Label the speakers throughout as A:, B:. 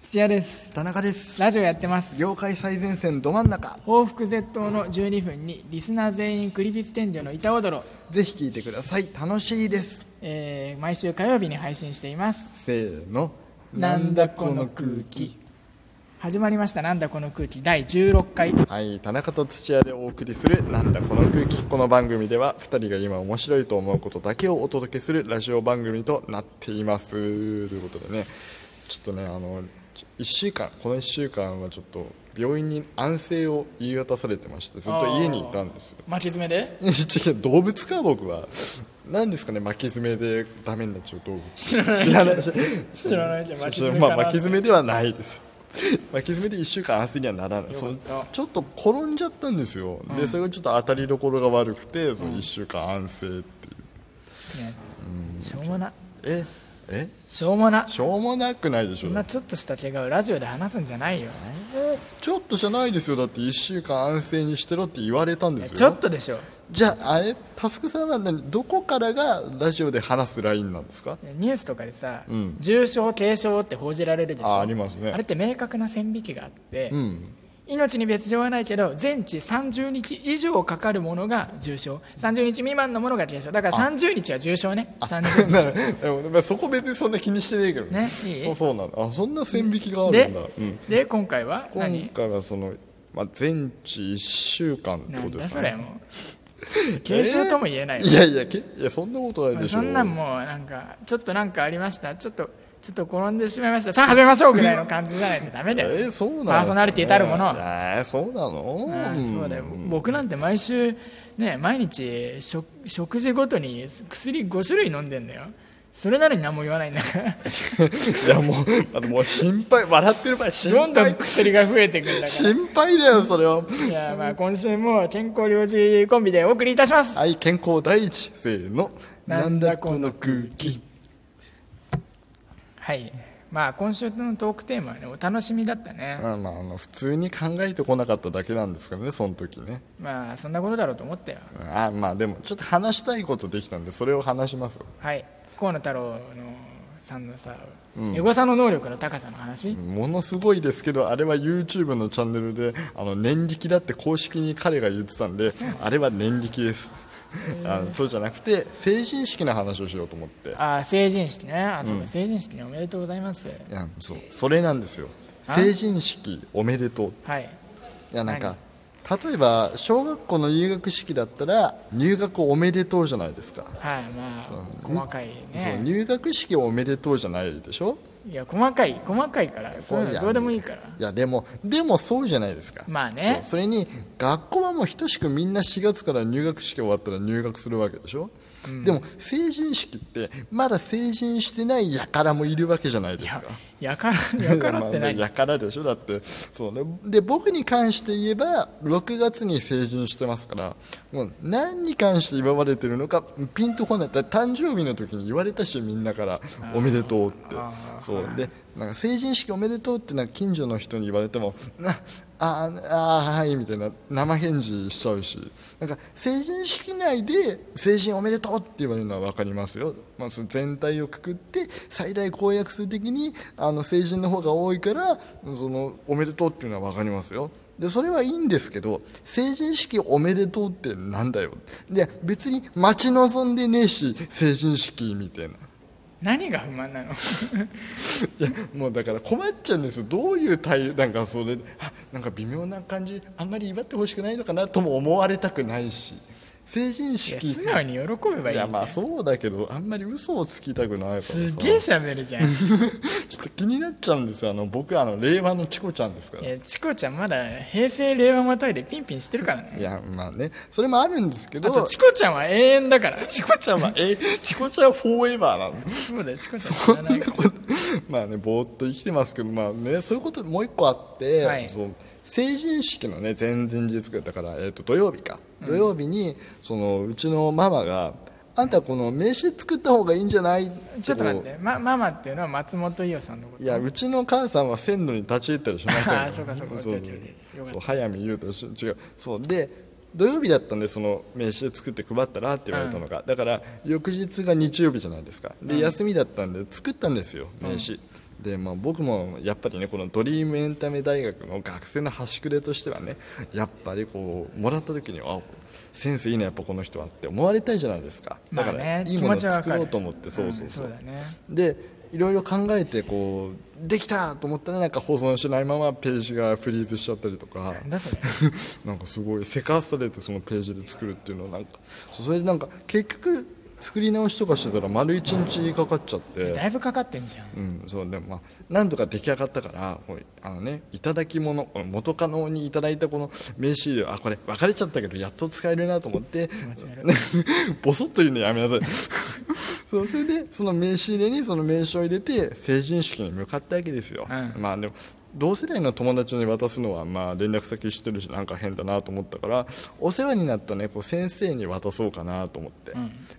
A: 土屋です
B: 田中です
A: ラジオやってます
B: 業界最前線ど真ん中
A: 報復絶倒の12分にリスナー全員クリフィス天井の板踊ろ、
B: ぜひ聞いてください楽しいです
A: えー、毎週火曜日に配信しています
B: せーの
A: なんだこの空気始まりました「なんだこの空気」第16回
B: はい田中と土屋でお送りする「なんだこの空気」この番組では2人が今面白いと思うことだけをお届けするラジオ番組となっていますということでねちょっとねあの1週間この1週間はちょっと病院に安静を言い渡されてましてずっと家にいたんですよ
A: 巻き爪で
B: いや違う動物か僕は何ですかね巻き爪でダメになっちゃう動物知らない知らない
A: 知らないけど巻き爪かな
B: まあ、巻き爪ではないです巻き爪で1週間安静にはならな
A: よ
B: い
A: か
B: そ
A: っ
B: の
A: た
B: ちょっと転んじゃったんですよ、でそれがちょっと当たりどころが悪くてその1週間安静っていう、
A: ねしょうもな
B: ええ
A: しょうもな
B: しょうもなくないでし
A: そ
B: ょ
A: んなちょっとした怪我をラジオで話すんじゃないよ
B: ちょっとじゃないですよだって1週間安静にしてろって言われたんですよ
A: ちょっとでしょ
B: じゃああれタスクさんは何どこからがラジオで話すラインなんですか
A: ニュースとかでさ、
B: ん
A: 重症軽症って報じられるでしょ
B: あありますね
A: あれって明確な線引きがあって、
B: うん
A: 命に別状はないけど全治30日以上かかるものが重症30日未満のものが軽症だから30日は重症ね30
B: なるでもまあそこ別にそんな気にしてねえけど
A: ねいい
B: そうそうなのあそんな線引きがある
A: で
B: んだ、うん、
A: で今回は
B: 今
A: 何
B: 回はその、まあ、全治1週間って
A: な
B: こ
A: ん
B: とで
A: だ
B: す
A: そ
B: か、
A: れ
B: ね、
A: もう軽症とも言えないよ
B: いやいやけいやそんなことないでしょ
A: そんなんもうなんかちょっとなんかありましたちょっとちょっと転んでしまいましたさあ始めましょうぐらいの感じじゃないとダメだ
B: え
A: よ
B: ーそうなの
A: パーソナリティたるもの
B: えーそうなの
A: ああそうだよ
B: ん
A: 僕なんて毎週ね毎日食食事ごとに薬5種類飲んでんだよそれなのに何も言わないんだから
B: いやもうあのもう心配笑ってる場合心
A: どんどん
B: 配
A: 薬が増えてくんだか
B: 心配だよそれは
A: らいやまあ今週も健康領事コンビでお送りいたします
B: はい健康第一せーの
A: なんだこの
B: 空気
A: はいまあ今週のトークテーマはねお楽しみだったね
B: まあまああの普通に考えてこなかっただけなんですけどねその時ね
A: まあそんなことだろうと思ったよ
B: あまあでもちょっと話したいことできたんでそれを話しますよ
A: はい河野太郎のさんのさ、エゴサの能力の高さの話、
B: ものすごいですけどあれは YouTube のチャンネルであの念力だって公式に彼が言ってたんであれは念力ですあのそうじゃなくて成人式の話をしようと思ってい
A: ああ成人式ねあそうだ、成人式ねおめでとうございます
B: やそうそれなんですよ成人式おめでとう
A: はい
B: いやなんか例えば小学校の入学式だったら入学おめでとうじゃないですか、
A: はいまあ細かい
B: そう
A: ね
B: 入学式おめでとうじゃないでしょ
A: いや細かい細かいからそういうのどうでもいいから
B: いやでもでもそうじゃないですか
A: まあね
B: そうそれに学校はもう等しくみんな4月から入学式終わったら入学するわけでしょ、でも成人式ってまだ成人してないやからもいるわけじゃないですか
A: やからやからっ
B: いや
A: て
B: まあ
A: 何
B: やからでしょだってそうねで僕に関して言えば6月に成人してますからもう何に関して祝われてるのかピンとこないだ誕生日の時に言われたしみんなから「おめでとう」ってそうでなんか成人式おめでとうってなんか近所の人に言われても「なあーあーはい」みたいな生返事しちゃうしなんか成人式内で「成人おめでとう」って言われるのは分かりますよ、まあ、その全体をくくって最大公約数的にあの成人の方が多いからそのおめでとうっていうのは分かりますよでそれはいいんですけど成人式おめでとうってなんだよで別に待ち望んでねえし成人式みたいな
A: 何が不満 なの
B: いや もうだから困っちゃうんですよどういう対応なんかそれあなんか微妙な感じあんまり祝ってほしくないのかなとも思われたくないし成人
A: いや
B: 式
A: 素直に喜べばいい
B: い
A: じゃ
B: や
A: ん
B: まあそうだけどあんまり嘘をつきたくないからさ
A: すげえ喋るじゃんい
B: ちょっと気になっちゃうんですよあの僕あの令和のチコちゃんですから
A: やチコちゃんまだ平成令和またいでピンピンしてるからね
B: いやまあねそれもあるんですけ
A: あ
B: ど
A: とチコちゃんは永遠だから
B: チコ ちゃんはえチコちゃんはフォーエバーなの
A: そうだよチコちゃん知らないから
B: まあねぼーっと生きてますけどまあねそういうこともう一個あって、
A: はい
B: そう成人式のね前々日だから、えー、と土曜日か土曜日に、そのうちのママが「あんたこの名刺作った方がいいんじゃない?」
A: ちょっと待って、ま、ママっていうのは松本伊代さんのこと
B: いやうちの母さんは線路に立ち入ったりしませんよ
A: あそうかそうか
B: そう
A: オッケーオッケーよかった
B: そう早見優とし違うそうで土曜日だったんでその名刺で作って配ったらって言われたのが、だから翌日が日曜日じゃないですかで、休みだったんで作ったんですよ名刺、で、まあ、僕もやっぱりねこのドリームエンタメ大学の学生の端くれとしてはねやっぱりこうもらった時にあセンスいいなやっぱこの人はって思われたいじゃないですかだから、
A: まあね
B: いいものを
A: 気持ちはわかる
B: 作ろうと思ってそうそうそう,、
A: んだね
B: でいろいろ考えてこうできたと思ったらなんか保存しないままページがフリーズしちゃったりとか
A: なんだそれ
B: なんかすごいセカストレートそのページで作るっていうのはなんかそうそれでなんか結局作り直しとかしてたら丸一日かかっちゃって、
A: だいぶかかってんじゃん
B: うん、そうでもまあなんとか出来上がったからこうあのねいただき物この元カノにいただいたこの名刺入れをあこれ別れちゃったけどやっと使えるなと思って
A: 持ち悪い
B: ボソッと言うのやめなさい そうそれでその名刺入れにその名刺を入れて成人式に向かったわけですよ、
A: う
B: まあでも同世代の友達に渡すのはまあ連絡先知ってるしなんか変だなと思ったからお世話になったねこう先生に渡そうかなと思って、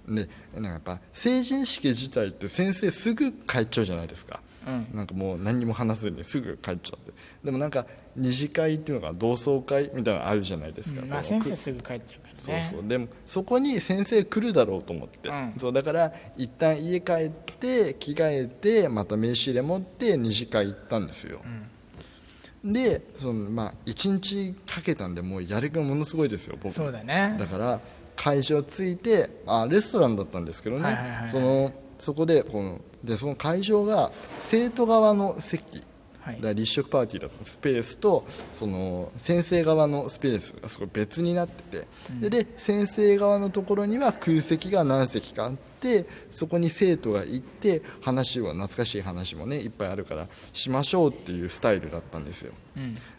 B: でなんかやっぱ成人式自体って先生すぐ帰っちゃうじゃないですか、なんかもう何にも話せずにすぐ帰っちゃってでもなんか二次会っていうのが同窓会みたいなのあるじゃないですか、
A: まあ
B: こう
A: 先生すぐ帰っちゃうからね
B: そうそうでもそこに先生来るだろうと思って、
A: うん
B: そうだから一旦家帰って着替えてまた名刺入れ持って二次会行ったんですよ、でそのまあ1日かけたんでもうやる気がものすごいですよ僕
A: そうだね
B: だから会場着いて、まあ、レストランだったんですけどね、
A: はいはいはい
B: そのそこでこのでその会場が生徒側の席
A: はい
B: だから立食パーティーだとスペースとその先生側のスペースがすごい別になってて、でで先生側のところには空席が何席かあってそこに生徒が行って話を懐かしい話もねいっぱいあるからしましょうっていうスタイルだったんですよ。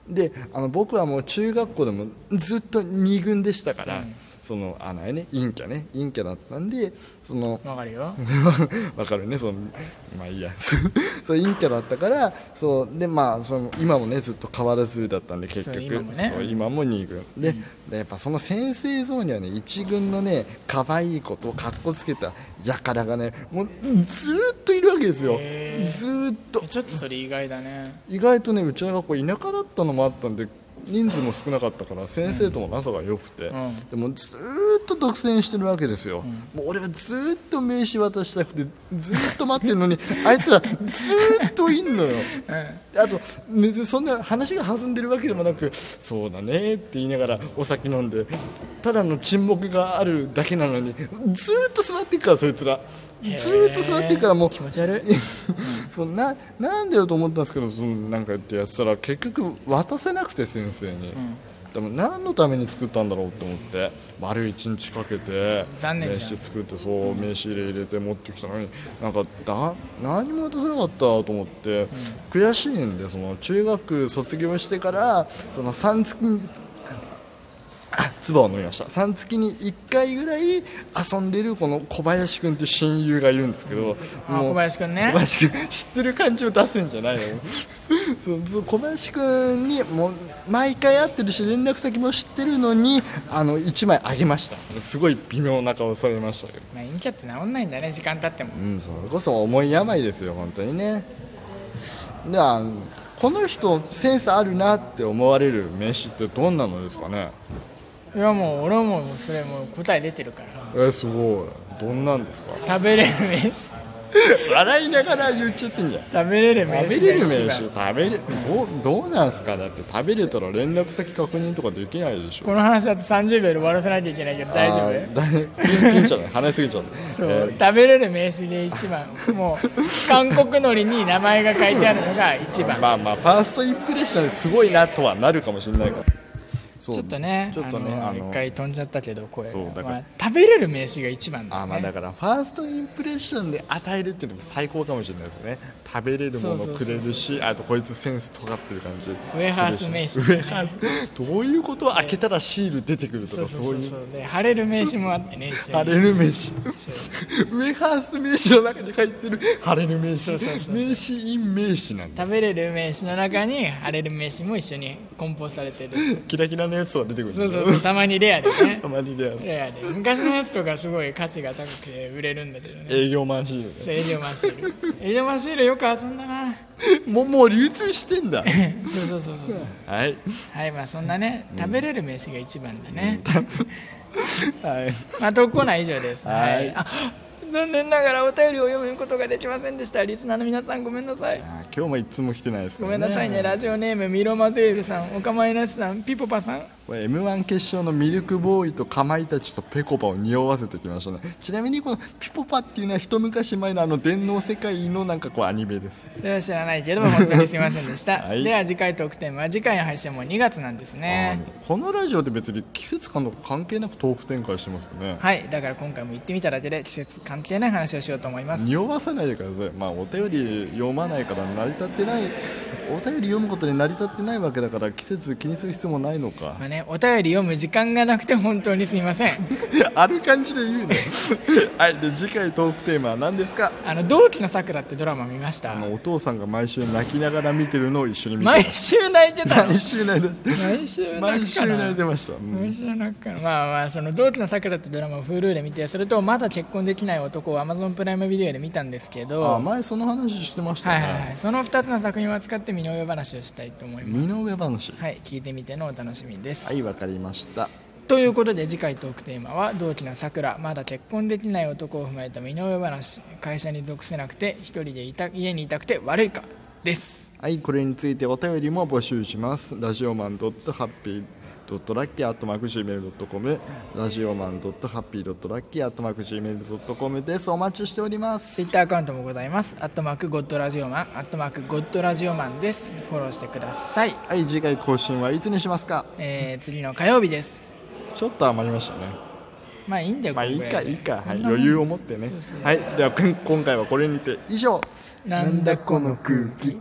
B: であの僕はもう中学校でもずっと2軍でしたから、そのあのあれね陰キャね陰キャだったんでその
A: わかるよ
B: わかるねそのまあいいや そう陰キャだったからそうでまあその今もねずっと変わらずだったんで結局
A: そう今もね
B: そう今も2軍で,、でやっぱその先生像にはね1軍のね可愛い子とかっこつけたやからがねもうずーっといるわけですよ
A: へー
B: ずーっと
A: ちょっとそれ意外だね
B: 意外とねうちの学校田舎だったのもあったんで人数も少なかったから先生とも仲が良くて、
A: ん
B: でもずーっと独占してるわけですよ、もう俺はずーっと名刺渡したくてずーっと待ってる のにあいつらずーっといんのよであと別にそんな話が弾んでるわけでもなくそうだねーって言いながらお酒飲んでただの沈黙があるだけなのにずーっと座ってっからそいつらずーっと座ってっからもう
A: へー気持ち悪い
B: そんななんでよと思ったんですけどそのなんかやってやってたら結局渡せなくて先生に、でも何のために作ったんだろうと思って丸一日かけて
A: 残念
B: 名
A: じゃん
B: 刺作ってそう名刺入れ入れて持ってきたのになんかだ何も渡せなかったと思って、悔しいんでその中学卒業してからその3月にあ唾を飲みました3月に1回ぐらい遊んでるこの小林君っていう親友がいるんですけど、
A: あ
B: もう
A: 小林くんね
B: 小林君知ってる感じを出すんじゃ ないのそうそう小林君にもう毎回会ってるし連絡先も知ってるのにあの1枚あげましたすごい微妙な顔されましたけど
A: まあ陰キャって治んないんだね時間経っても
B: うんそれこそ重い病ですよ本当にねであのこの人センスあるなって思われる名刺ってどんなのですかね
A: いやもう俺はもうそれもう答え出てるから
B: えすごいどんなん ですか
A: 食べれる名刺食
B: 笑いながら言っちゃってんじゃん
A: べれる名刺
B: 食べれる
A: が
B: 名
A: 一
B: 刺
A: 番
B: 食べれどうどうなんすかだって食べれたら連絡先確認とかできないでしょ
A: この話だと30秒で終わらせなきゃいけないけど大丈
B: あ
A: 夫
B: ーだいピンピンじゃない話しすぎちゃった
A: そう、
B: え
A: 食べれる名刺で一番もう韓国のりに名前が書いてあるのが一
B: ー
A: 番、
B: まあまあファーストインプレッションですごいなとはなるかもしれないからそう
A: ちょっとね
B: ちょっとね
A: あの
B: あの
A: 一回飛んじゃったけど声が
B: そうだか
A: ま
B: ら
A: あ、食べれる名刺が一番だ
B: あ
A: よ
B: ー
A: ね
B: まあだからファーストインプレッションで与えるっていうのも最高かもしれないですね食べれるものくれる
A: そうそう
B: しあとこいつセンス尖ってる感じウ
A: ェハース名刺
B: ウェハースどういうことを開けたらシール出てくる
A: そ
B: とか
A: うそう
B: そう
A: そう
B: いう
A: そうで晴れる名刺もあってね一緒に
B: ハレル名刺ウェハース名刺の中に入ってるハレル名刺
A: そうそうそうそう
B: 名刺イン名刺なんだ
A: 食べれる名刺の中に晴れる名刺も一緒に梱包されてる
B: キラキラのやつは出てくるん
A: そ
B: だ
A: うそうそうたまにレアでね
B: たまにである
A: レアで昔のやつとかすごい価値が高くて売れるんだけどね
B: 営業マンシールね
A: そうエジョマンシールエジョマンシールよく遊んだな
B: もうもう流通してんだ
A: そうそうそうそうそう
B: はい
A: はいまあそんなね食べれる飯が一番だね、
B: はい
A: まあ投稿内以上です
B: はい
A: あ残念ながらお便りを読むことができませんでしたリスナーの皆さんごめんなさい
B: あ今日もいつも来てないですか
A: ご
B: ら
A: めんなさいねラジオネームミロマゼールさんおかまいなしさんピポパさん
B: これ m 1決勝のミルクボーイとかまいたちとぺこぱを匂わせてきましたねちなみにこのピポパっていうのは一昔前のあの電脳世界のなんかこうアニメです
A: それは知らないけども本当にすいませんでした、
B: はい
A: では次回トークテーマは次回の配信も2月なんですね
B: このラジオって別に季節感とか関係なくトーク展開してますよね
A: はいだから今回も行ってみただけで季節関係ない話をしようと思います
B: 匂わさないでくださいまあお便り読まないから成り立ってないお便り読むことに成り立ってないわけだから季節気にする必要もないのか
A: まあねお便り読む時間がなくて本当にすいま せん
B: ある感じで言うね はいで次回トークテーマは何ですか
A: あの同期のさくらってドラマ見ました
B: あのお父さんが毎週泣きながら見てるのを一緒に見てま
A: 毎
B: す
A: 週泣いてたの
B: 毎週泣いて
A: 毎週泣
B: 毎
A: くか
B: 週
A: な
B: 泣いてました、うん
A: 毎週泣くかなまあまあその同期のさくらってドラマを Hulu で見てそれとまだ結婚できない男を Amazon プライムビデオで見たんですけど
B: あ前その話してました
A: はい
B: よね、
A: はいはい、その2つの作品を扱って身の上話をしたいと思います
B: 身の上話
A: はい聞いてみてのお楽しみです、
B: はいわかりました
A: ということで次回トークテーマは「同期のさくらまだ結婚できない男を踏まえた身の上話会社に属せなくて一人でいた家にいたくて悪いか」です
B: はいこれについてお便りも募集しますラジオマンドットハッピードットラッキーアットマーク Gmail.com ラジオマンドットハッピードットラッキーアットマーク Gmail.com ですお待ちしております
A: Twitter アカウントもございます「アットマークゴッドラジオマン」「アットマークゴッドラジオマン」ですフォローしてください、
B: はい次回更新はいつにしますか
A: えー、次の火曜日です
B: ちょっと余りましたね
A: まあいいんだよ
B: まあいい
A: これぐ
B: から
A: で
B: いいか、はい、
A: こんなもん
B: 余裕を持って
A: そ
B: ね
A: うそうそう
B: はいでは今回はこれにて以上
A: なんだこの空気